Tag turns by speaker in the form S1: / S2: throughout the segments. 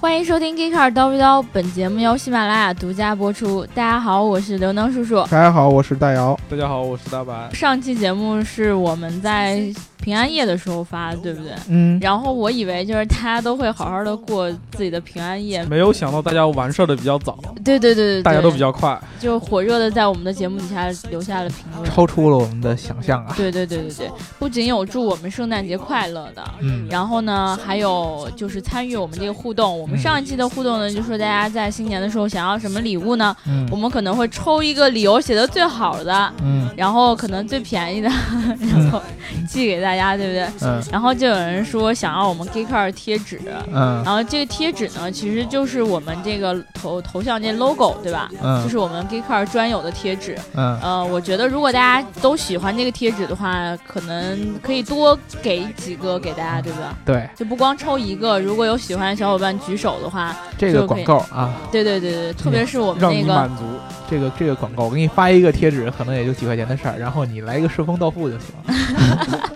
S1: 欢迎收听《Geeker 叨不叨》，本节目由喜马拉雅独家播出。大家好，我是刘能叔叔。
S2: 大家好，我是大姚。
S3: 大家好，我是大白。
S1: 上期节目是我们在平安夜的时候发的，对不对？
S2: 嗯，
S1: 然后我以为就是大家都会好好的过自己的平安夜，
S3: 没有想到大家完事儿的比较早，
S1: 对对对对，对
S3: 大家都比较快。
S1: 就火热的在我们的节目底下留下了评论。
S2: 超出了我们的想象啊。
S1: 对对对对对，不仅有祝我们圣诞节快乐的，
S2: 嗯，
S1: 然后呢，还有就是参与我们这个互动。我们
S2: 嗯
S1: 上一期的互动呢，就说大家在新年的时候想要什么礼物呢？
S2: 嗯
S1: 我们可能会抽一个理由写的最好的，
S2: 嗯
S1: 然后可能最便宜的，然后
S3: 嗯
S1: 寄给大家，对不对？
S2: 嗯
S1: 然后就有人说想要我们 Geeker 贴纸，
S2: 嗯
S1: 然后这个贴纸呢，其实就是我们这个头头像这 logo，对吧？就
S2: 嗯
S1: 是我们 Geeker 专有的贴纸。
S2: 嗯
S1: 呃，我觉得如果大家都喜欢这个贴纸的话，可能可以多给几个给大家，对不对？
S2: 对，
S1: 就不光抽一个，如果有喜欢的小伙伴举手的话，
S2: 这
S1: 就
S2: 个
S1: 可
S2: 广
S1: 以
S2: 告啊，
S1: 对对对对，特别是我们
S3: 嗯让
S1: 那
S3: 你
S1: 个，
S3: 满足，
S2: 这个这个广告，我给你发一个贴纸，可能也就几块钱的事儿，然后你来一个顺丰到付就行 了。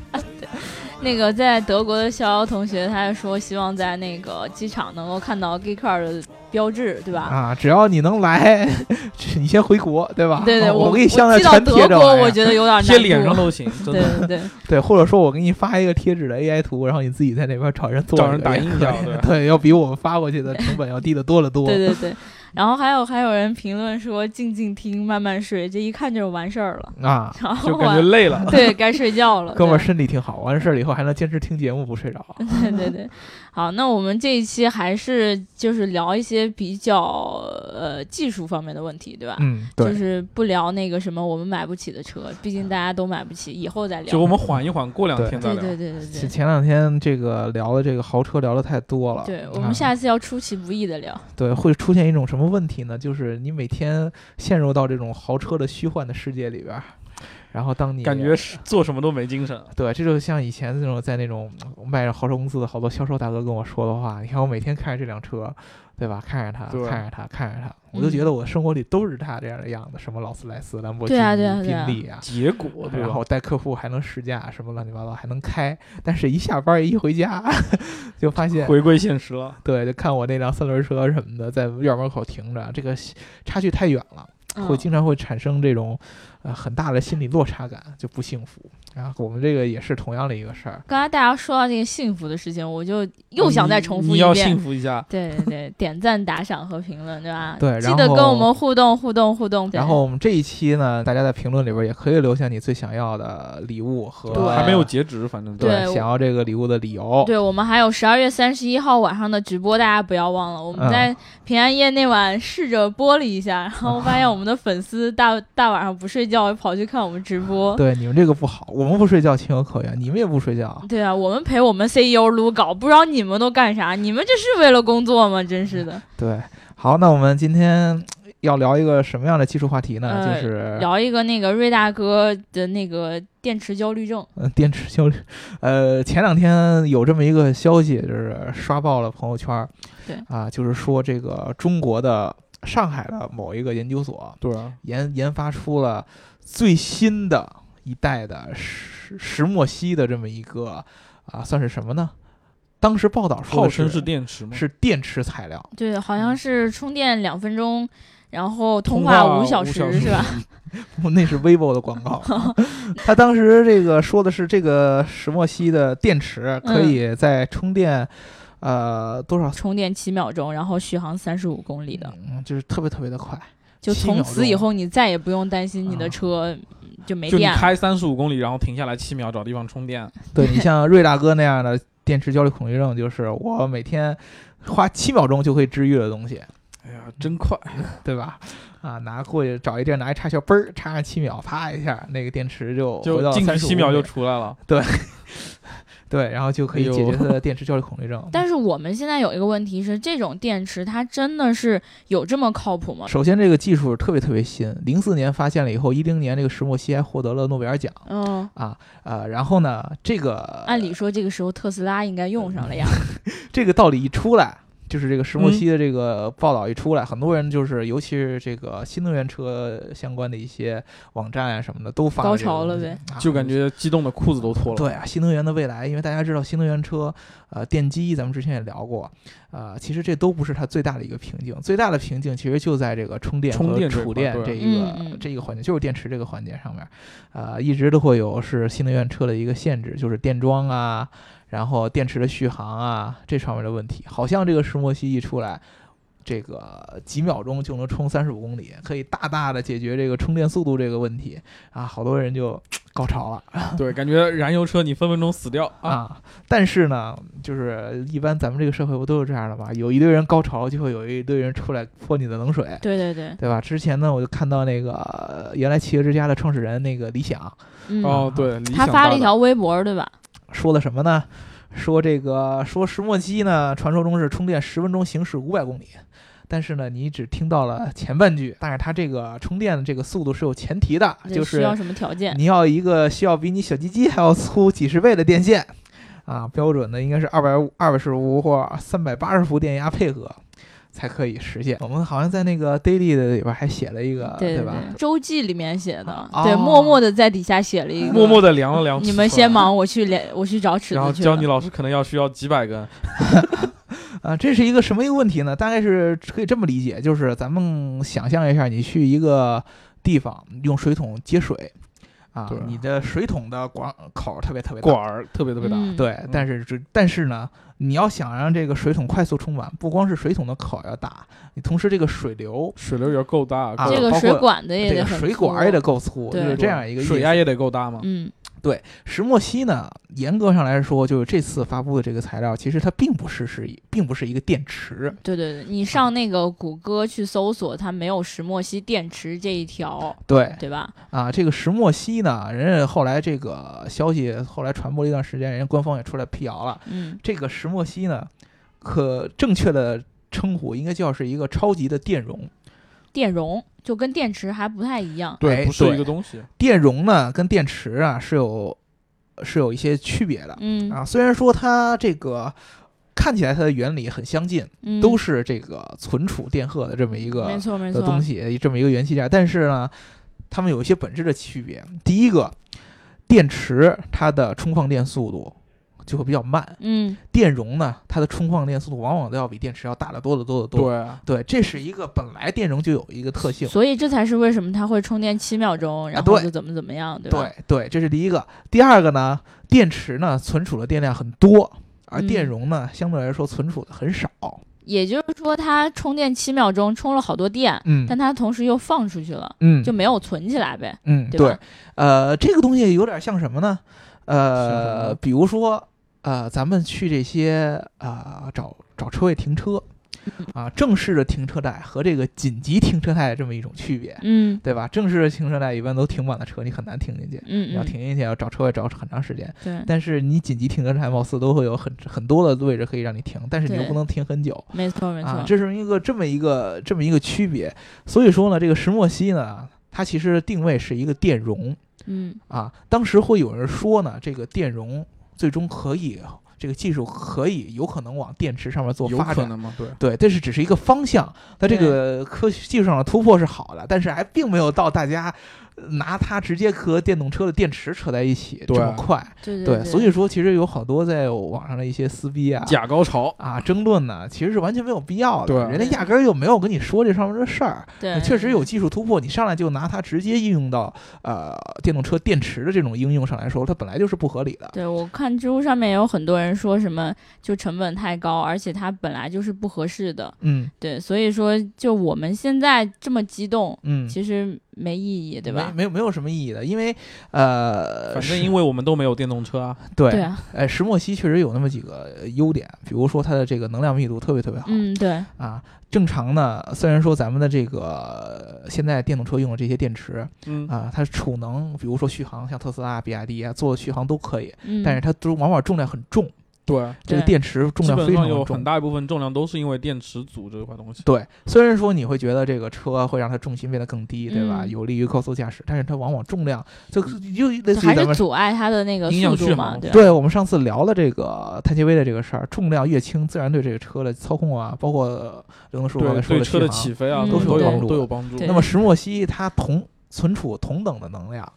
S1: 那个在德国的逍遥同学，他还说希望在那个机场能够看到 Geeker 的标志，对吧？
S2: 啊，只要你能来， 你先回国，对吧？
S1: 对对，
S2: 啊我
S1: 我
S2: 给你项链
S1: 寄到
S2: 全贴
S1: 德
S2: 着
S1: 国，
S2: 玩意
S1: 我
S2: 儿，
S1: 觉得有点难度。
S3: 贴脸上 都行，真
S1: 对
S3: 的。
S1: 对对，
S2: 对，或者说我给你发一个贴纸的 AI 图，然后你自己在那边找人做，
S3: 找人打印 一下
S2: 对
S3: 对，
S2: 对，要比我们发过去的成本要低得多得多。
S1: 对对对。然后还有还有人评论说静静听慢慢睡，这一看就是完事儿了，
S2: 啊，
S1: 然后
S3: 就感觉
S1: 完。
S3: 累了
S1: 对该睡觉了。
S2: 哥们儿
S1: 对
S2: 身体挺好，完事儿了以后还能坚持听节目不睡着。啊
S1: 对对对，好，那我们这一期还是就是聊一些比较呃技术方面的问题，对吧？
S2: 嗯，
S1: 就
S2: 对，
S1: 是不聊那个什么我们买不起的车，毕竟大家都买不起，以后再聊。
S3: 就我们缓一缓，过两天再
S1: 对
S3: 聊。
S1: 对对对对
S2: 前前两天这个聊的这个豪车聊的太多了，
S1: 对，
S2: 啊
S1: 我们下次要出其不意的聊。
S2: 对会出现一种什么问题呢？就是你每天陷入到这种豪车的虚幻的世界里边儿，然后当你
S3: 感觉是做什么都没精神，
S2: 对，这就像以前那种在那种嗯卖着豪车公司的好多销售大哥跟我说的话。你看我每天看着这辆车，对吧？看着它，
S3: 对
S2: 看着它，看着它，我就
S1: 嗯
S2: 觉得我生活里都是它这样的样子，什么劳斯莱斯、兰博基
S1: 对
S2: 尼、
S1: 啊对啊对啊
S2: 宾利啊。
S3: 结果对
S2: 然
S3: 吧
S2: 后？带客户还能试驾，什么乱七八糟还能开，但是一下班儿一回家， 就发现
S3: 回归现实了，
S2: 对，就看我那辆三轮车什么的在院门口停着，这个差距太远了，会
S1: 嗯
S2: 经常会产生这种呃很大的心理落差感，就不幸福。然后我们这个也是同样的一个事儿，
S1: 刚才大家说到这个幸福的事情，我就又想再重
S3: 你
S1: 复
S3: 嗯你
S1: 一
S3: 要
S1: 遍
S3: 幸。福一下，
S1: 对对对，点赞、打赏和评论，对吧？
S2: 对
S1: 记
S2: 然
S1: 得跟
S2: 后
S1: 我们互动互动互动。对
S2: 然后我们这一期呢，大家在评论里边也可以留下你最想要的礼物和
S1: 对
S3: 还没有截止，反正
S2: 对
S1: 对我
S2: 想要这个礼物的理由。
S1: 对我们还有十二月三十一号晚上的直播，大家不要忘了。我们
S2: 嗯
S1: 在平安夜那晚试着播了一下，然后发现我们的粉丝大大晚上不睡觉，跑去看我们直播。
S2: 对你们这个不好，我们不睡觉情有可啊原，你们也不睡觉。
S1: 对啊，我们陪我们 CEO 撸稿，不知道你们都干啥？你们这是为了工作吗？真是 的，
S2: 对，好，那我们今天要聊一个什么样的技术话题呢？
S1: 呃
S2: 就是
S1: 聊一个那个瑞大哥的那个电池焦虑症。
S2: 嗯，电池焦虑。呃，前两天有这么一个消息，就是刷爆了朋友圈儿。
S1: 对
S2: 啊，就是说这个中国的上海的某一个研究所
S3: 对啊，
S2: 研研发出了最新的一代的石石墨烯的这么一个啊，算是什么呢？当时报道说
S3: 号
S2: 的
S3: 称
S2: 是
S3: 是电池嘛，
S2: 是电池材料，
S1: 对，好像是充电两分钟，然后通
S3: 嗯通
S1: 话
S3: 话
S1: 五小
S3: 五
S1: 时
S3: 小时
S1: 是吧？
S2: 那是 vivo 的广告。 他当时这个说的是这个石墨烯的电池可以在充电，呃，多少
S1: 充电七秒钟，然后续航三十五公里的，
S2: 嗯，就是特别特别的快。
S1: 就
S2: 7
S1: 从
S2: 秒
S1: 此以
S2: 钟
S1: 后你再也不用担心你
S2: 啊
S1: 的车嗯就没
S3: 就你
S1: 电了。
S3: 开三十五公里，然后停下来七秒找地方充电，
S2: 对你像瑞大哥那样的电池焦虑恐惧症，就是我每天花七秒钟就可以治愈的东西，
S3: 哎呀，真快！
S2: 对吧？啊，拿过去找一地儿拿一插销，嘣儿插上七秒，啪一下，那个电池就回
S3: 就
S2: 到
S3: 进去
S2: 35
S3: 七秒
S2: 公
S3: 就
S2: 里
S3: 出来了，
S2: 对，然后就可以
S3: 哎呦
S2: 解决他的电池焦虑恐惧症。
S1: 但是我们现在有一个问题是，这种电池它真的是有这么靠谱吗？
S2: 首先，这个技术特别特别新，零四年发现了以后，一零年这个石墨烯还获得了诺贝尔奖
S1: 嗯，
S2: 啊。呃，然后呢，这个
S3: 嗯
S1: 按理说这个时候特斯拉应该用上了呀。
S2: 这个道理一出来，就是这个石墨烯的这个报道一出来，很多人就是，尤其是这个新能源车相关的一些网站啊什么的，都发
S1: 高
S2: 这个
S1: 潮
S2: 东
S1: 了
S2: 西
S1: 呗，
S2: 啊
S3: 就感觉激动的裤子都脱了。
S2: 对啊，新能源的未来，因为大家知道新能源车，呃，电机，咱们之前也聊过，呃，其实这都不是它最大的一个瓶颈，最大的瓶颈其实就在这个充电
S3: 充
S2: 和
S3: 电这一
S2: 储
S3: 块
S2: 电
S3: 对
S2: 这一个、
S1: 嗯嗯
S2: 这一个环节，就是电池这个环节上面，呃，一直都会有是新能源车的一个限制，就是电桩啊，然后电池的续航啊这方面的问题，好像这个石墨烯一出来。这个几秒钟就能充三十五公里，可以大大的解决这个充电速度这个问题啊！好多人就高潮了。
S3: 对，感觉燃油车你分分钟死掉啊！
S2: 啊，但是呢，就是一般咱们这个社会不都是这样的吗？有一堆人高潮，就会有一堆人出来泼你的冷水，
S1: 对对对，
S2: 对吧？之前呢，我就看到那个呃原来企业之家的创始人那个李想
S1: 嗯，
S3: 哦，对，理
S1: 他
S3: 想
S1: 发
S3: 大
S1: 了一
S3: 胆
S1: 条微博，对吧？
S2: 说了什么呢？说这个说石墨烯呢，传说中是充电十分钟行驶五百公里。但是呢，你只听到了前半句，但是它这个充电的这个速度是有前提的，
S1: 这
S2: 就
S1: 需
S2: 是
S1: 要什么条件？
S2: 你要一个需要比你小鸡鸡还要粗几十倍的电线，啊，标准的应该是二百二百十伏或三百八十伏电压配合，才可以实现。我们好像在那个 daily 的里边还写了一个，
S1: 嗯对
S2: 吧？
S1: 对，周记里面写的，
S2: 哦
S1: 对，默默的在底下写了一个，
S3: 默默的量了量尺寸，
S1: 你们先忙，我去连，我去找尺
S3: 然后
S1: 子去
S3: 教
S1: 了
S3: 你。老师可能要需要几百根，
S2: 啊，这是一个什么一个问题呢？大概是可以这么理解，就是咱们想象一下，你去一个地方用水桶接水，啊
S3: 对，
S2: 你的水桶的管口儿特别特别大
S3: 管，儿特别特别大。
S1: 嗯，
S2: 对，但是只但是呢，你要想让这个水桶快速充满，不光是水桶的口要大，你同时这个水流，
S3: 水流也够大，
S2: 啊
S1: 这
S3: 够
S1: 个
S2: 包括
S1: 水管子也
S2: 这
S1: 得
S2: 个
S1: 很
S2: 水管儿也
S1: 粗
S2: 得够粗，就
S1: 对
S2: 是这样一个意
S3: 水压
S2: 思。
S3: 也得够大嘛。
S1: 嗯，
S2: 石墨烯呢，严格上来说，就是这次发布的这个材料，其实它并不是是一，并不是一个电池。
S1: 对对对，你上那个谷歌去搜索，它没有石墨烯电池这一条，
S2: 对
S1: 对吧？
S2: 啊，这个石墨烯呢，人家后来这个消息后来传播了一段时间，人家官方也出来辟谣了。
S1: 嗯，
S2: 这个石墨烯呢，可正确的称呼应该叫是一个超级的电容。
S1: 电容就跟电池还不太一样。
S3: 对，
S2: 哎
S3: 不是
S2: 对
S3: 一个东西。
S2: 电容呢跟电池啊是有是有一些区别的
S1: 嗯
S2: 啊。虽然说它这个看起来它的原理很相近，
S1: 嗯，
S2: 都是这个存储电荷的这么一
S1: 没
S2: 个
S1: 错没
S2: 的
S1: 错，
S2: 东西，这么一个元器件，但是呢，它们有一些本质的区别。第一个，电池它的充放电速度。就会比较慢，
S1: 嗯，
S2: 电容呢，它的充放电速度往往都要比电池要大得多得多得多。
S3: 对，
S2: 对，这是一个本来电容就有一个特性。
S1: 所以这才是为什么它会充电七秒钟，然后
S2: 啊对
S1: 就怎么怎么样，对吧？
S2: 对对，这是第一个。第二个呢，电池呢存储的电量很多，而
S1: 嗯
S2: 电容呢、相对来说存储的很少。
S1: 也就是说，它充电七秒钟充了好多电，
S2: 嗯
S1: 但它同时又放出去了，
S2: 嗯
S1: 就没有存起来呗。
S2: 嗯
S1: 对吧
S2: 对，呃，这个东西有点像什么呢？
S3: 像什么
S2: 呃，
S3: 呢
S2: 比如说呃，咱们去这些啊、呃找找车位停车
S1: 嗯
S2: 啊，正式的停车带和这个紧急停车带这么一种区别，
S1: 嗯
S2: 对吧？正式的停车带一般都停满了车，你很难停进去。
S1: 嗯
S2: 你要
S1: 嗯，
S2: 停进去，要找车位找很长时间。
S1: 对，
S2: 但是你紧急停车场貌似都会有很很多的位置可以让你停，但是你又
S1: 对
S2: 不能停很久
S1: 没错没
S2: 啊
S1: 错，，
S2: 这是一个这么一个这么一个区别。所以说呢，这个石墨烯呢，它其实定位是一个电容
S1: 嗯
S2: 啊。当时会有人说呢，这个电容最终可以，这个技术可以有可能往电池上面做
S3: 有
S2: 发
S3: 可
S2: 展。
S3: 能吗？对，
S2: 对，这是只是一个方向，它这个科学技术上的突破是好的，但是还并没有到大家呃拿它直接和电动车的电池扯在一起这
S3: 对
S2: 么快。
S1: 对
S2: 对，
S1: 对，
S2: 所以说其实有好多在网上的一些撕逼啊、
S3: 假高潮。
S2: 啊争论呢，其实是完全没有必要的。
S3: 对
S2: 人家压根儿就没有跟你说这上面的事儿。
S1: 对
S2: 确实有技术突破，你上来就拿它直接应用到呃电动车电池的这种应用上来说，它本来就是不合理的。
S1: 对，我看知乎上面有很多人说什么，就成本太高，而且它本来就是不合适的。
S2: 嗯
S1: 对，所以说就我们现在这么激动，
S2: 嗯，
S1: 其实没意义，对
S2: 没
S1: 吧？
S2: 没有没有什么意义的，因为呃，
S3: 反正
S2: 是
S3: 因为我们都没有电动 车啊，
S2: 对
S1: 对啊，
S2: 呃，石墨烯确实有那么几个呃优点，比如说它的这个能量密度特别特别好。
S1: 嗯，对，
S2: 啊，正常呢，虽然说咱们的这个呃现在电动车用的这些电池，
S3: 嗯，
S2: 啊，它储能，比如说续航，像特斯拉、比亚迪啊做的续航都可以，
S1: 嗯，
S2: 但是它都往往重量很重，
S3: 对，
S2: 这
S1: 对
S2: 个电池重
S3: 基
S2: 量
S3: 本
S2: 非
S3: 上
S2: 常
S3: 有
S2: 的
S3: 很
S2: 重。
S3: 大一部分重量都是因为电池组这块东西。
S2: 对，虽然说你会觉得这个车会让它重心变得更低，对吧？
S1: 嗯
S2: 有利于高速驾驶，但是它往往重量就就类似于
S1: 还
S2: 咱
S1: 是
S2: 们
S1: 阻碍它的那个
S3: 影响
S1: 速
S3: 续
S1: 度嘛，
S3: 航
S1: 对吧
S2: 对我们上次聊了这个碳纤维的这个事儿，重量越轻，自然对这个车的操控啊，包括刘能叔刚才
S3: 对，
S2: 说
S3: 对
S2: 的
S3: 车的
S2: 续航
S3: 起飞啊，
S1: 嗯
S3: 都
S1: 都
S3: 都
S1: 是有帮
S3: 有
S2: 助
S3: 都有帮助。
S1: 对
S2: 那么石墨烯它同存储同等的能量，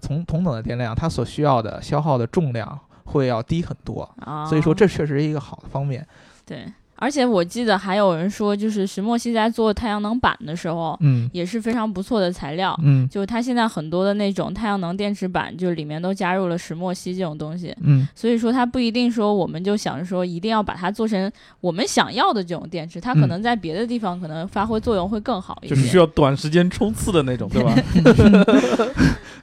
S2: 同同等的电量，它所需要的消耗的重量会要低很多。
S1: 啊，
S2: 所以说这确实是一个好的方面。
S1: 对。而且我记得还有人说，就是石墨烯在做太阳能板的时候，
S2: 嗯
S1: 也是非常不错的材料。
S2: 嗯
S1: 就它现在很多的那种太阳能电池板，就里面都加入了石墨烯这种东西，
S2: 嗯，
S1: 所以说它不一定说我们就想说一定要把它做成我们想要的这种电池，它可
S2: 嗯
S1: 能在别的地方可能发挥作用会更好一
S3: 就
S1: 些。
S3: 是需要短时间冲刺的那种，对 吧？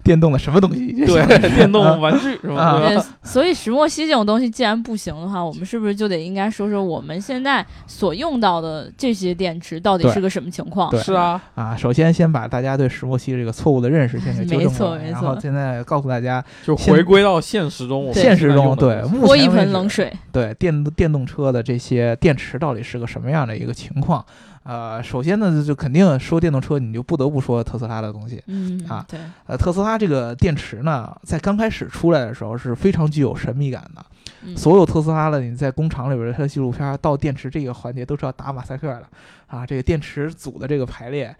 S2: 电动的什么东西？这
S3: 对， 电动玩具是吧？
S2: 啊
S3: 对吧
S1: 对，所以石墨烯这种东西既然不行的话，我们是不是就得应该说说我们现在所用到的这些电池到底
S2: 对
S1: 是个什么情况？
S2: 对
S3: 是啊，
S2: 啊，首先先把大家对石墨烯这个错误的认识先给纠
S1: 没
S2: 正
S1: 错
S2: 过来，
S1: 没
S2: 然
S1: 错
S2: 后现在告诉大家，
S3: 就
S2: 现
S3: 回归到现实中，我们
S2: 现实
S3: 现在用
S2: 中
S3: 的
S2: 对
S3: 东西
S2: 目
S1: 泼一
S2: 前为
S1: 盆
S2: 止
S1: 冷水，
S2: 对电电动车的这些电池到底是个什么样的一个情况？呃，首先呢，就肯定说电动车，你就不得不说特斯拉的东西。
S1: 嗯
S2: 啊，
S1: 对，
S2: 呃，特斯拉这个电池呢，在刚开始出来的时候是非常具有神秘感的。
S1: 嗯
S2: 所有特斯拉的你在工厂里边的它的纪录片儿到电池这个环节都是要打马赛克的啊。这个电池组的这个排列、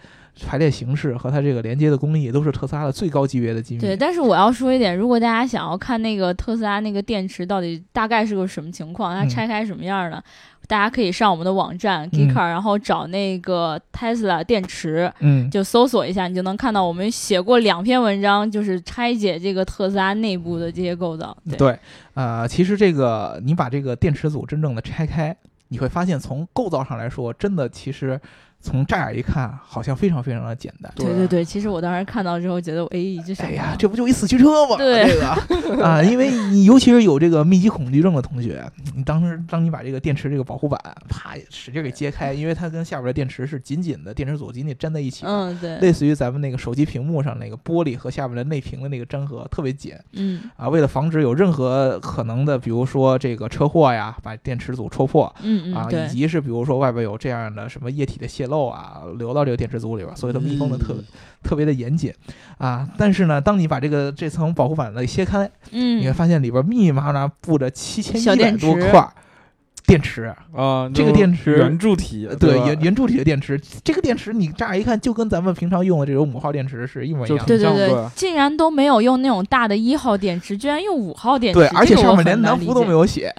S2: 排列形式和它这个连接的工艺都是特斯拉的最高级别的机密。
S1: 对，但是我要说一点，如果大家想要看那个特斯拉那个电池到底大概是个什么情况，它
S2: 嗯
S1: 拆开什么样的，大家可以上我们的网站 Geekr，、然后找那个 Tesla 电池，
S2: 嗯，
S1: 就搜索一下，你就能看到我们写过两篇文章，就是拆解这个特斯拉内部的这些构造。对，
S2: 对，呃，其实这个你把这个电池组真正的拆开，你会发现从构造上来说，真的其实从乍眼一看好像非常非常的简单。
S3: 对
S1: 对对对，其实我当时看到之后觉得，哎，这什么玩
S2: 哎
S1: 意儿？
S2: 呀，这不就一四驱车吗？
S1: 对
S2: 这个啊，因为你尤其是有这个密集恐惧症的同学，你当时当你把这个电池这个保护板啪使劲给揭开，因为它跟下边的电池是紧紧的，电池组紧紧粘在一起的，
S1: 嗯，对，
S2: 类似于咱们那个手机屏幕上那个玻璃和下边的内屏的那个粘合特别紧
S1: 嗯
S2: 啊。为了防止有任何可能的，比如说这个车祸呀，把电池组戳破。
S1: 嗯
S2: 啊
S1: 嗯，，对
S2: 以，及是比如说外边有这样的什么液体的泄漏啊，流到这个电池组里边，所以它密封的特别、特别的严谨啊。但是呢，当你把这个这层保护板呢切开，你会
S1: 嗯，
S2: 发现里边密密麻麻布着七千
S1: 小
S2: 一百
S1: 电池
S2: 多块儿电池，
S3: 啊，
S2: 这个
S3: 就
S2: 电池
S3: 圆柱体
S2: 呃，对
S3: 吧
S2: 圆圆柱体的电池。这个电池你乍一看就跟咱们平常用的这种五号电池是一模一
S3: 就
S2: 样
S1: 对
S2: 的。
S1: 对
S3: 像
S1: 对
S3: 对，
S1: 竟然都没有用那种大的一号电池，居然用五号电池，
S2: 对，而且上面连
S1: 南
S2: 南孚都没。有写，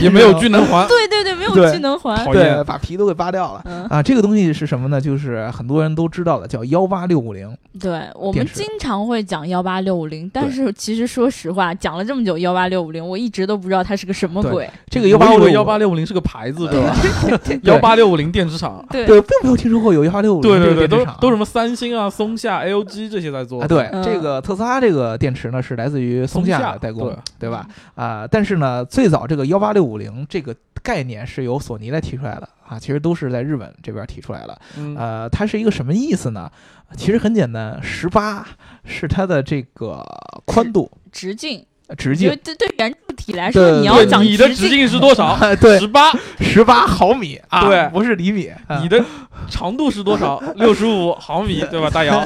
S3: 也没有聚能环，
S1: 对对对，没有
S2: 对
S1: 智能环
S3: 讨，
S2: 对，
S3: 厌
S2: 把皮都给扒掉了。
S1: 嗯，
S2: 啊，这个东西是什么呢？就是很多人都知道的，叫幺八六五零。
S1: 对，我们
S2: 电池
S1: 经常会讲幺八六五零，但
S2: 对
S1: 是其实说实话，讲了这么久幺八六五零，我一直都不知道它是个什么
S2: 对
S1: 鬼。
S2: 这个幺八六
S3: 幺八六五零是个牌子，对吧？
S2: 对
S3: 幺八六五零电池厂，
S1: 对
S2: 对，并没有听说过有幺八六五
S3: 对对对，
S2: 电
S3: 都
S2: 池厂
S3: 都什么三星啊、松下、LG 这些在做
S2: 啊，，对
S1: 嗯
S2: 这个特斯拉这个电池呢是来自于松下
S3: 松
S2: 的
S3: 下
S2: 代工
S3: 对，
S2: 对
S3: 嗯
S2: 吧？啊，但是呢，最早这个幺八六五零这个概念是由索尼来提出来的啊，其实都是在日本这边提出来的。
S3: 嗯，
S2: 呃，它是一个什么意思呢？其实很简单，十八是它的这个宽度
S1: 直径，
S2: 直
S1: 因为
S2: 径，
S1: 对对圆柱体来说，
S2: 对
S1: 你要
S2: 对
S1: 讲
S3: 对，你的直
S1: 径，
S3: 径是多少？
S2: 呃对，
S3: 十八。
S2: 十八毫米啊，
S3: 对
S2: 不是厘米，啊
S3: 你的长度是多少？六十五毫米，对吧？大姚，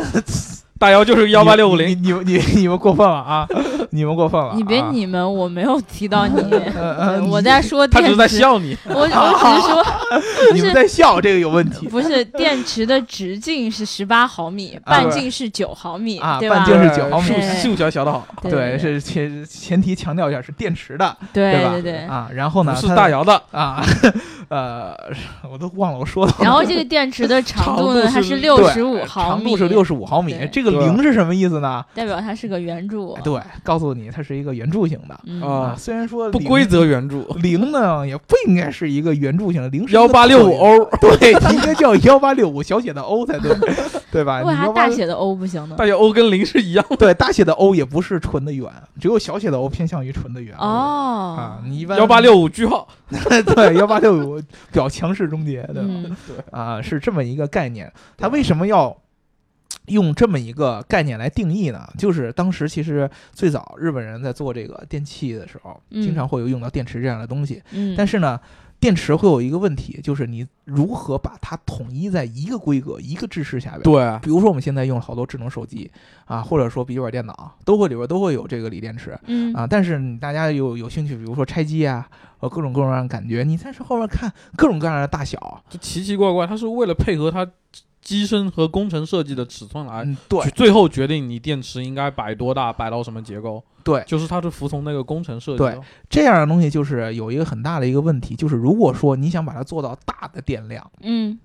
S3: 大姚就是幺八六五零，
S2: 你你你你你们过分了啊！你们过分了，
S1: 你别
S2: 啊
S1: 你们，我没有提到 你，
S2: 呃
S1: 对
S2: 呃，
S1: 我
S2: 你
S1: 在说
S3: 他
S1: 电
S3: 只
S1: 池
S3: 是，在笑你。
S1: 我我只是说
S2: 你
S1: 是
S2: 们在笑，这个有问题
S1: 不是电池的直径是十八毫米，半径是九毫米，
S2: 啊！
S1: 对吧
S2: 半？径是九毫米
S1: 对，
S3: 数学学得好，
S1: 对
S2: 对，
S1: 对
S2: 是前前提强调一下是电池的，
S1: 对
S2: 吧？
S1: 对对。
S2: 啊，然后
S3: 不
S2: 呢，
S3: 是
S2: 它
S3: 大姚的，
S2: 啊，呃，我都忘了我说的，
S1: 然后这个电池的长度呢，
S3: 长度是
S1: 它是
S3: 对
S1: 六十五毫
S2: 长
S1: 米，
S2: 度是六十五毫米
S1: 对，
S2: 这个零是什么意思呢？
S1: 代表它是个圆柱。
S2: 对，告诉你它是一个圆柱形的
S1: 嗯
S3: 啊
S2: 啊，虽然说
S3: 不
S2: 零
S3: 规。则圆柱，
S2: 零呢也不应该是一个圆柱形的零，是一个
S3: 幺八六五
S2: 椭圆，
S3: 欧。
S2: 对，应该叫幺八六五小写的 O 才对，对吧？
S1: 为
S2: 哎你
S1: 啥
S2: 18
S1: 大写的 O 不行呢？
S3: 大姚 O 跟零是一样的，
S2: 对大写的 O 也不是纯的圆，只有小写的 O 偏向于纯的圆。
S1: 哦
S2: 啊，，你一般
S3: 幺八六五句号，
S2: 对，幺八六五表强势终结，对吧？
S1: 嗯，
S2: 啊，是这么一个概念。它为什么要用这么一个概念来定义呢？就是当时其实最早日本人在做这个电器的时候，
S1: 嗯
S2: 经常会有用到电池这样的东西。
S1: 嗯，
S2: 但
S1: 是
S2: 是呢，电池会有一个问题，就是你如何把它统一在一个规格、一个制式下边。
S3: 对，
S2: 比如说我们现在用了好多智能手机啊，或者说笔记本电脑，都会里边都会有这个锂电池
S1: 嗯
S2: 啊。但是你大家有有兴趣，比如说拆机啊，呃，各种各样的感觉，你但是后面看各种各样的大小，
S3: 就奇奇怪怪，它是为了配合它机身和工程设计的尺寸来。
S2: 嗯，对
S3: 去，最后决定你电池应该摆多大，摆到什么结构。
S2: 对
S3: 就是它是服从那个工程设计
S2: 对
S3: 的。
S2: 这样的东西就是有一个很大的一个问题，就是如果说你想把它做到大的电量。
S1: 嗯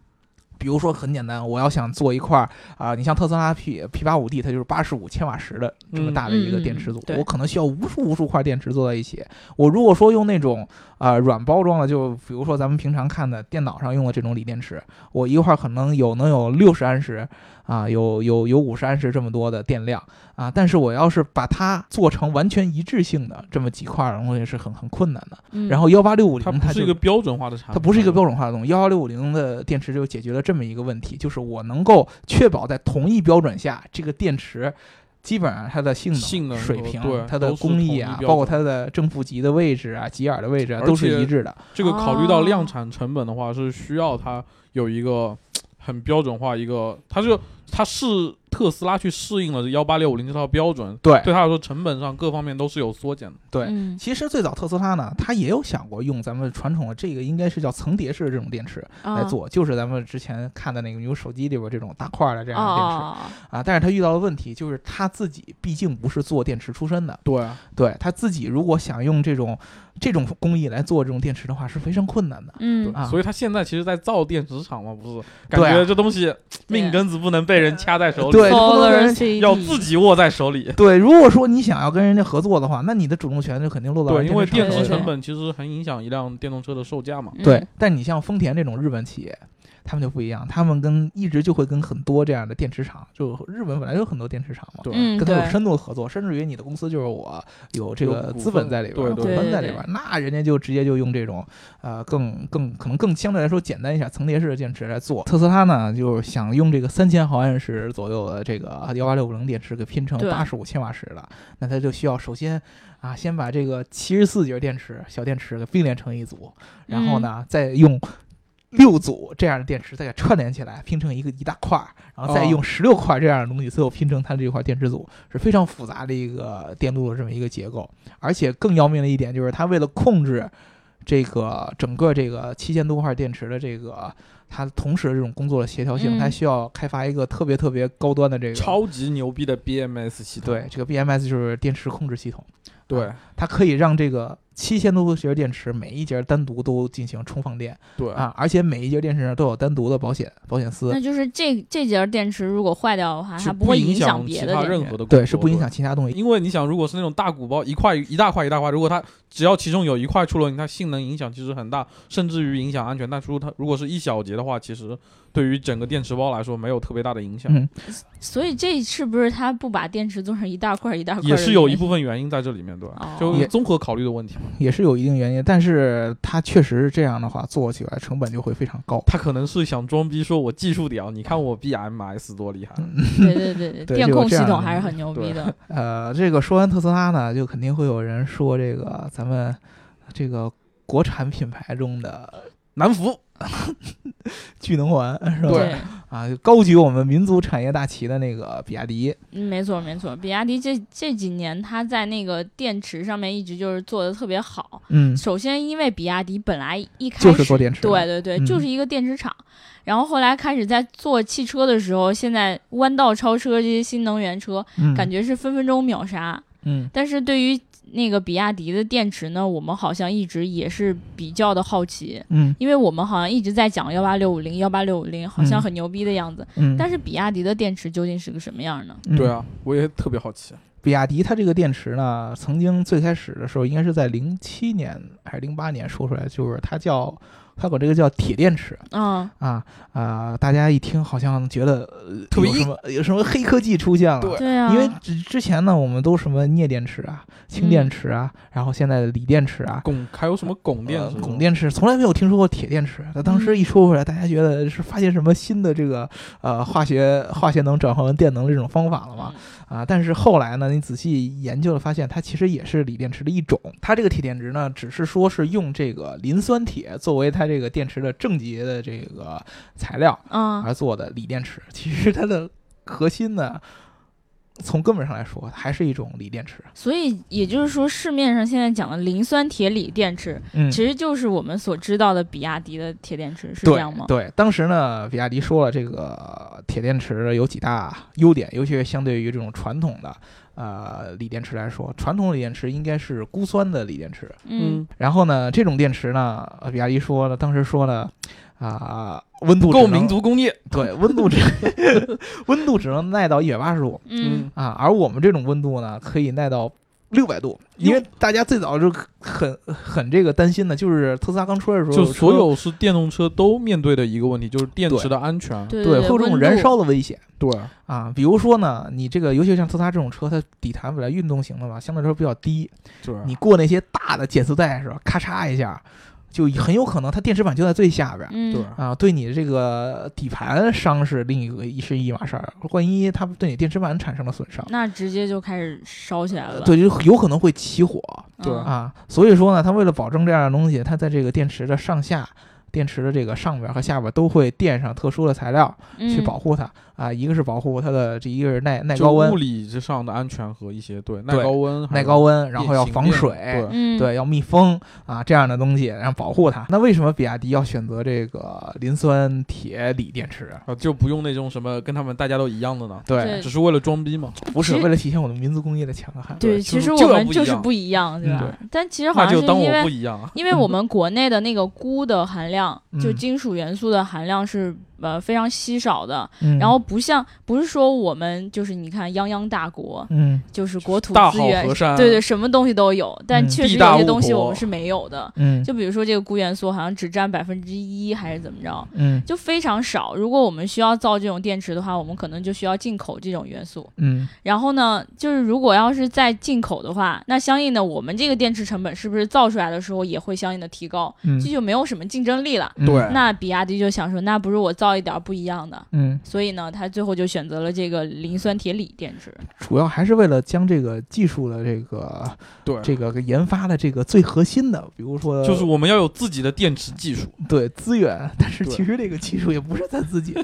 S2: 比如说很简单，我要想做一块儿啊、你像特斯拉 P P 八五 D，它就是八十五千瓦时的
S3: 嗯
S2: 这么大的一个电池组
S1: 嗯，嗯嗯对
S2: 我可能需要无数无数块电池做在一起。我如果说用那种啊、呃软包装的，就比如说咱们平常看的电脑上用的这种锂电池，我一块儿可能有能有六十安时啊，有有有五十安时这么多的电量啊，但是我要是把它做成完全一致性的这么几块儿，东西是很很困难的。
S1: 嗯，
S2: 然后幺八六五
S3: 它
S2: 零
S3: 不
S2: 就是
S3: 一个标准化的产品，
S2: 它不是一个标准化的东西。幺幺六五零的电池就解决了这么一个问题，就是我能够确保在同一标准下，这个电池基本上它的性能、
S3: 性能
S2: 水平、
S3: 对
S2: 它的
S3: 都是
S2: 工艺
S3: 统
S2: 啊
S3: 一，标
S2: 包括它
S3: 准
S2: 的正负极的位置啊、极耳的位置啊，
S3: 而
S2: 都是
S3: 且
S2: 一致的。
S3: 这个考虑到
S1: 哦
S3: 量产成本的话，是需要它有一个很标准化一个，它就它是特斯拉去适应了幺八六五零这套标准，
S2: 对
S3: 对它来说成本上各方面都是有缩减的。
S2: 对
S1: 嗯
S2: 其实最早特斯拉呢，它也有想过用咱们传统的这个应该是叫层叠式的这种电池来
S1: 啊
S2: 做，就是咱们之前看的那个，比如手机里边这种大块儿的这样的电池、
S1: 哦，
S2: 啊。但是它遇到的问题就是它自己毕竟不是做电池出身的，
S3: 对啊，
S2: 对他自己如果想用这种这种工艺来做这种电池的话，是非常困难的。
S1: 嗯
S3: 对
S2: 啊
S3: 所以它现在其实，在造电池厂嘛，不是感
S2: 对啊
S3: 觉这东西命根子不能被人掐在手里，
S2: 对
S1: ，Solar CD
S3: 要自己握在手里。
S2: 对，如果说你想要跟人家合作的话，那你的主动权就肯定落到
S3: 对，因为电
S2: 电
S3: 池
S2: 池厂
S3: 成
S2: 手里。
S3: 本其实很影响一辆电动车的售价嘛。
S1: 嗯
S2: 对，但你像丰田这种日本企业，他们就不一样，他们跟一直就会跟很多这样的电池厂，就日本本来就有很多电池厂嘛，
S3: 对
S1: 嗯
S2: 跟他有
S1: 对
S2: 深度的合作，甚至于你的公司就是我有这
S3: 有
S2: 个
S3: 股
S2: 资本
S3: 份
S2: 在里边儿，
S3: 对
S2: 股
S1: 对
S2: 份
S1: 对
S2: 在里边儿，那人家就直接就用这种呃更更可能更相对来说简单一下层叠式的电池来做。特斯拉呢，就是想用这个三千毫安时左右的这个啊幺八六五零电池给拼成
S1: 对
S2: 八十五千瓦时的，那它就需要首先啊先把这个七十四节电池小电池给并联成一组，然
S3: 嗯
S2: 后呢、再用。六组这样的电池再给串联起来，拼成一个一大块儿，然后再
S3: 哦
S2: 用十六块这样的东西，最后拼成它这块电池组，是非常复杂的一个电路的这么一个结构。而且更要命的一点就是，它为了控制这个整个这个七千多块电池的这个它同时的这种工作的协调性，
S1: 嗯
S2: 它需要开发一个特别特别高端的这个
S3: 超级牛逼的 BMS 系统，
S2: 对啊这个 BMS 就是电池控制系统，
S3: 对
S2: 它可以让这个七千多节电池每一节单独都进行充放电
S3: 对，
S2: 啊，而且每一节电池上都有单独的保险保险丝
S1: 嗯那。就是这这节电池如果坏掉的话，
S3: 是
S1: 它会
S3: 影
S1: 影响
S3: 其
S1: 别的
S3: 他
S1: 电
S3: 任
S1: 池。
S3: 何的工
S2: 对，是
S3: 作
S2: 不影响。其他东西。
S3: 因为你想，如果是那种大鼓包，一块一大块一大块，如果它只要其中有一块出了问题，它性能影响其实很大，甚至于影响安全。但如果它如果是一小节的话，其实对于整个电池包来说没有特别大的影响，
S2: 嗯，
S1: 所以这是不是它不把电池做成一大块儿一 大块儿的原
S3: 也
S1: 因？
S3: 是有一部分原因在这里面，对吧，
S1: 哦
S3: 就
S2: 也
S3: 综合考虑的问题。
S2: 也是有一定原因，但是它确实是这样的话，做起来成本就会非常高。
S3: 他可能是想装逼，说我技术屌，你看我 BMS 多厉害。
S2: 嗯
S1: 对对对
S2: 对
S1: 电
S2: 就有
S1: 控
S2: 这
S1: 系
S2: 样
S1: 统
S2: 的
S1: 还是很牛逼 的。
S2: 呃，这个说完特斯拉呢，就肯定会有人说这个咱们这个国产品牌中的
S3: 南孚，
S2: 聚能环是吧？
S3: 对，
S2: 啊，就高举我们民族产业大旗的那个比亚迪，
S1: 嗯没错没错，比亚迪这这几年它在那个电池上面一直就是做的特别好。
S2: 嗯，
S1: 首先，因为比亚迪本来一开始
S2: 就是做电池的
S1: 对对对，
S2: 嗯
S1: 就是一个电池厂。然后后来开始在做汽车的时候，现在弯道超车这些新能源车，
S2: 嗯
S1: 感觉是分分钟秒杀。
S2: 嗯
S1: 但是对于那个比亚迪的电池呢，我们好像一直也是比较的好奇，
S2: 嗯
S1: 因为我们好像一直在讲幺八六五零、幺八六五零，好像很牛逼的样子。
S2: 嗯，
S1: 但
S2: 是
S1: 是比亚迪的电池究竟是个什么样呢？
S2: 嗯
S3: 对，啊，我也特别好奇。
S2: 比亚迪它这个电池呢，曾经最开始的时候应该是在零七年还是零八年说出来，就是它叫它管这个叫铁电池
S1: 嗯，
S2: 啊啊、大家一听好像觉得、呃
S3: 特别
S2: 有什么有什么黑科技出现了，
S3: 对
S1: 对啊，
S2: 因为之之前呢，我们都什么镍电池啊、氢电
S1: 嗯
S2: 池啊，然后现在的锂电池啊。
S3: 汞还有什么汞电嗯
S2: 呃
S3: 池？
S2: 汞电池从来没有听说过铁电池，那当时一说出来，大家觉得是发现什么新的这个呃化学化学能转换为电能的这种方法了吗？啊，但是后来呢，你仔细研究了，发现它其实也是锂电池的一种。它这个铁电池呢，只是说是用这个磷酸铁作为它这个电池的正极的这个材料，
S1: 嗯
S2: 而做的锂电池。其实它的核心呢，从根本上来说，还是一种锂电池。
S1: 所以也就是说，市面上现在讲的磷酸铁锂电池，
S2: 嗯
S1: 其实就是我们所知道的比亚迪的铁电池，是这
S2: 对
S1: 样吗？
S2: 对，当时呢，比亚迪说了，这个铁电池有几大优点，尤其是相对于这种传统的呃锂电池来说，传统锂电池应该是钴酸的锂电池。
S1: 嗯，
S2: 然后呢，这种电池呢，呃比亚迪说了，当时说了，啊、温度只
S3: 够
S2: 能
S3: 民族工业。
S2: 对，温度只 温度只能耐到一百八十度，
S1: 嗯
S2: 啊，而我们这种温度呢，可以耐到六百度，因为大家最早就很很这个担心的，就是特斯拉刚出来的时候，
S3: 就所有是电动车都面对的一个问题，就是电池的安全。
S1: 对
S2: 说对会有这种燃，烧的危险
S3: 对，
S2: 啊。比如说呢，你这个尤其像特斯拉这种车，它底盘本来运动型的嘛，相对来说比较低，
S3: 对，
S2: 你过那些大的减速带的时候，咔嚓一下，就很有可能它电池板就在最下边。
S1: 温度
S3: 对
S1: 嗯，
S2: 啊，对你这个底盘伤是另一个一是一码事儿，万一它对你电池板产生了损伤，
S1: 那直接就开始烧起来了。
S2: 对，就有可能会起火。
S1: 嗯，
S3: 对
S2: 啊，所以说呢，它为了保证这样的东西，它在这个电池的上下、电池的这个上边和下边都会垫上特殊的材料去
S1: 嗯
S2: 保护它、啊，一个是保护它的，这一个是耐耐
S3: 就
S2: 高温
S3: 物、理之上的安全和一些对耐
S2: 对
S3: 高温、
S2: 耐高温，哎然后要防水，
S3: 对，
S1: 嗯，
S2: 对，要密封啊这样的东西，然后保护它。那为什么比亚迪要选择这个磷酸铁锂电池？
S3: 啊，就不用那种什么跟他们大家都一样的呢，
S1: 对
S2: 对，
S3: 只是为了装逼嘛。
S2: 不是
S1: 其实
S2: 为了体现我们民族工业的强悍。
S1: 对，
S3: 对
S1: 其
S3: 就是
S1: 实我
S3: 就要
S1: 们
S3: 不一
S1: 就是
S3: 样
S1: 不一样，对吧？但其实好
S3: 那
S1: 像
S3: 就是当
S1: 因
S3: 我不
S1: 为
S3: 一样啊。
S1: 因为我们国内的那个钴的含量，就
S2: 嗯
S1: 金属元素的含量是呃非常稀少的，
S2: 嗯
S1: 然后不像不是说我们就是你看泱泱大国，
S2: 嗯
S1: 就是国土
S3: 大
S1: 资
S3: 好
S1: 源
S3: 河，山，
S1: 对对，什么东西都有，但
S2: 嗯
S1: 确实
S3: 地大
S1: 有些
S3: 物
S1: 东西我
S3: 博
S1: 们是没有的。
S2: 嗯
S1: 就比如说这个钴元素好像只占百分之一还是怎么着，
S2: 嗯
S1: 就非常少。如果我们需要造这种电池的话，我们可能就需要进口这种元素。
S2: 嗯
S1: 然后呢，就是如果要是再进口的话，那相应的我们这个电池成本是不是造出来的时候也会相应的提高？
S2: 嗯
S1: 这就没有什么竞争力了。
S2: 嗯
S3: 对
S1: 那比亚迪就想说，那不如我造一点儿不一样的。
S2: 嗯。
S1: 所以呢，他最后就选择了这个磷酸铁锂电池。
S2: 主要还是为了将这个技术的这个
S3: 对，
S2: 这个研发的这个最核心的，比如
S1: 呃
S2: 说
S3: 就是我们要有自己的电池技术。
S2: 对资源，但是
S3: 对
S2: 其实这个技术也不是咱自 己的，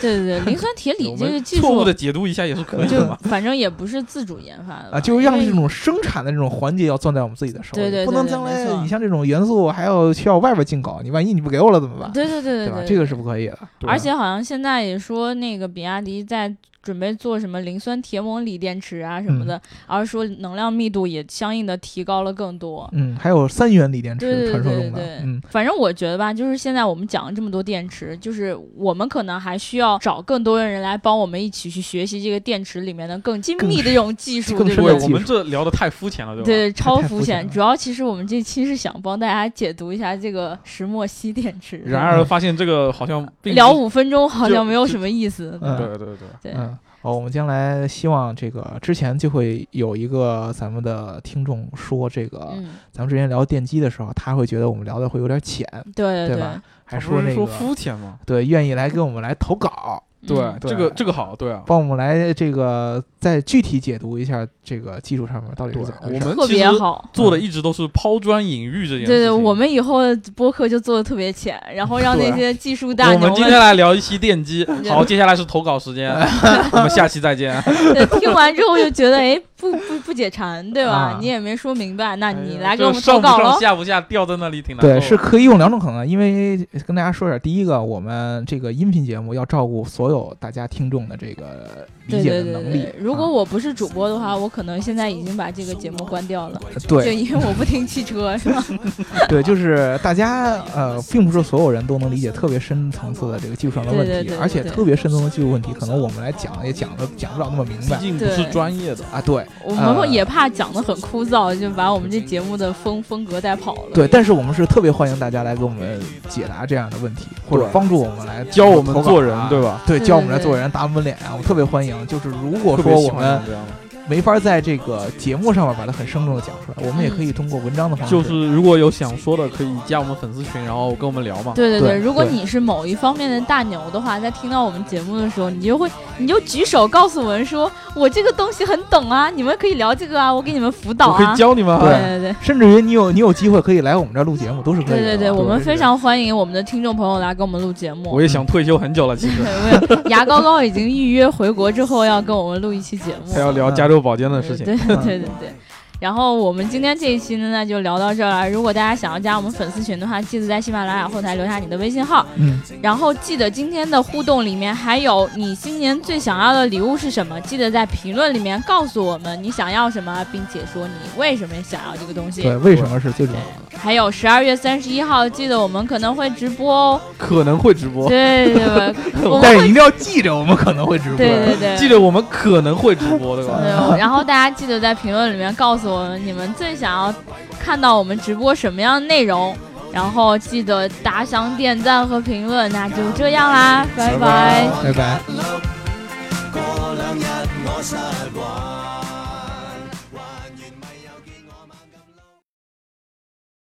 S1: 对对对，磷酸铁 锂
S3: 我
S1: 这个
S3: 们
S1: 技
S3: 错误
S1: 术
S3: 的，解读一下也是可以的
S1: 就
S3: 嘛。
S1: 反正也不是自主研发的吧
S2: 啊，就是让
S1: 因为
S2: 这种生产的这种环节要攥在我们自己的手里，
S1: 对对对
S2: 不能
S1: 对
S2: 将
S1: 没
S2: 来
S1: 错
S2: 你像这种元素还要需要外边进口，你万一你不给我了怎么办？
S1: 对对对
S2: 吧？
S1: 对，
S2: 这个是不可以的。
S3: 对
S1: 而且好像现在也说，那个比亚迪在准备做什么磷酸铁锰锂电池啊什么的，
S2: 嗯
S1: 而说能量密度也相应的提高了更多。
S2: 嗯，还有三元锂电
S1: 对
S2: 池
S1: 对
S2: 传说
S1: 对对
S2: 中的，
S1: 对，
S2: 嗯
S1: 反正我觉得吧，就是现在我们讲了这么多电池，就是我们可能还需要找更多的人来帮我们一起去学习这个电池里面的更精密的这种技术，
S2: 更
S1: 对
S2: 深
S1: 不
S2: 的
S3: 对，
S1: 对
S2: 技？术
S3: 我们这聊的太肤浅了，对吧？
S1: 对，超
S2: 太
S1: 肤
S2: 肤浅
S1: 浅。
S2: 了
S1: 主要其实我们这期是想帮大家解读一下这个石墨烯电池。
S3: 然 而发现这个好像
S1: 嗯
S3: 并不
S1: 聊五分钟好
S3: 就
S1: 像没有
S3: 就
S1: 什么意思。
S2: 嗯
S3: 对对对，
S1: 对，
S2: 嗯。哦，我们将来希望这个之前就会有一个咱们的听众说，这个、
S1: 嗯，
S2: 咱们之前聊电机的时候，他会觉得我们聊的会有点浅，
S1: 对
S2: 对
S1: 对
S2: 吧还
S3: 不
S2: 说
S3: 是
S2: 那
S3: 说
S2: 个
S3: 肤浅嘛？
S2: 对，愿意来跟我们来投稿，
S3: 对
S1: 嗯，
S2: 对
S3: 这个这个好，对啊。
S2: 帮我们来这个再具体解读一下这个技术上面到底是怎么
S3: 我
S2: 回事。
S3: 们
S1: 特
S3: 其
S1: 别
S3: 实
S1: 好。
S3: 做的一直都是抛砖引玉这件
S1: 对
S3: 事
S1: 对，
S3: 情。
S1: 我们以后播客就做的特别浅，然后让
S2: 对
S1: 那些技术大
S3: 我
S1: 牛，
S3: 们今天来聊一期电机 好，接下来是投稿时间，我们下期再见。
S1: 对听完之后就 觉得，哎，不不不解馋，对吧
S2: 啊？
S1: 你也没说明白，那你
S3: 哎呦
S1: 来给
S3: 这
S1: 我们投
S3: 上不
S1: 稿
S3: 上
S1: 喽。
S3: 下不下掉在那里挺难受的。
S2: 对，是可以用两种可能，因为跟大家说一下，第一个，我们这个音频节目要照顾所有大家听众的这个理
S1: 对
S2: 解
S1: 对
S2: 的
S1: 对
S2: 能
S1: 对
S2: 力
S1: 对。，如
S2: 啊
S1: 果我不是主播的话，我可能现在已经把这个节目关掉了，就
S2: 对
S1: 因为我不听汽车，是吧？
S2: 对，就是大家呃，并不是所有人都能理解特别深层次的这个技术上的问题，
S1: 对对对对
S2: 而且
S1: 对
S2: 特别深层的技术问题，可能我们来讲也讲的讲不了那么明
S3: 毕
S2: 白
S3: 竟不是
S1: 对
S3: 专业的。
S2: 啊。对
S1: 我们也怕讲的很枯燥，就把我们这节目的风风格带跑了。
S2: 对，但是我们是特别欢迎大家来给我们解答这样的问题，或者
S3: 对
S2: 帮助我们来
S3: 教我们
S2: 投稿
S3: 做人
S2: 啊
S3: 对吧？
S2: 对，
S1: 对
S2: 教我
S1: 对
S2: 们来
S1: 对
S2: 做人，打我们脸啊！我们特别欢迎。就是如果
S3: 特
S2: 说
S3: 别喜
S2: 我
S3: 欢
S2: 们
S3: 这样的
S2: 没法在这个节目上面把它很生动的讲出来，我们
S1: 嗯
S2: 也可以通过文章的方式，
S3: 就是如果有想说的，可以加我们粉丝群，然后跟我们聊嘛。
S1: 对对
S2: 对
S1: 如果
S2: 对
S1: 你是某一方面的大牛的话，在听到我们节目的时候，你就会你就举手告诉我们说，我这个东西很懂啊，你们可以聊这个啊，我给你们辅导
S3: 我可以
S1: 啊。
S3: 教你们
S1: 对
S3: 啊。
S1: 对对
S2: 甚至于你有你有机会可以来我们这儿录节目，都是可以
S1: 对
S2: 的。啊
S1: 对
S2: 对，
S1: 对，我们
S2: 是
S1: 非常欢迎我们的听众朋友来给我们录节目。
S3: 我也想退休很久了，其实
S1: 对，我也牙膏膏已经预约回国之后要跟我们录一期节目
S3: 他。要聊加州保健的事情。
S1: 对对
S2: 嗯
S1: 对对对。然后我们今天这一期呢，那就聊到这儿了。如果大家想要加我们粉丝群的话，记得在喜马拉雅后台留下你的微信号。
S2: 嗯，
S1: 然后记得今天的互动里面还有你新年最想要的礼物是什么？记得在评论里面告诉我们你想要什么，并且说你为什么想要这个东西。
S2: 对，为什么是最重要的？
S1: 还有十二月三十一号，记得我们可能会直播哦。
S3: 可能会直播，
S1: 对对对，我们
S2: 但是
S1: 会
S2: 一定要记着，我们可能会直播。
S1: 对对对，
S3: 记得我们可能会直播，对吧？
S1: 对，然后大家记得在评论里面告诉我们你们最想要看到我们直播什么样的内容，然后记得打赏、点赞和评论。那就这样啦，拜拜
S2: 拜拜。
S4: 過兩日我失魂。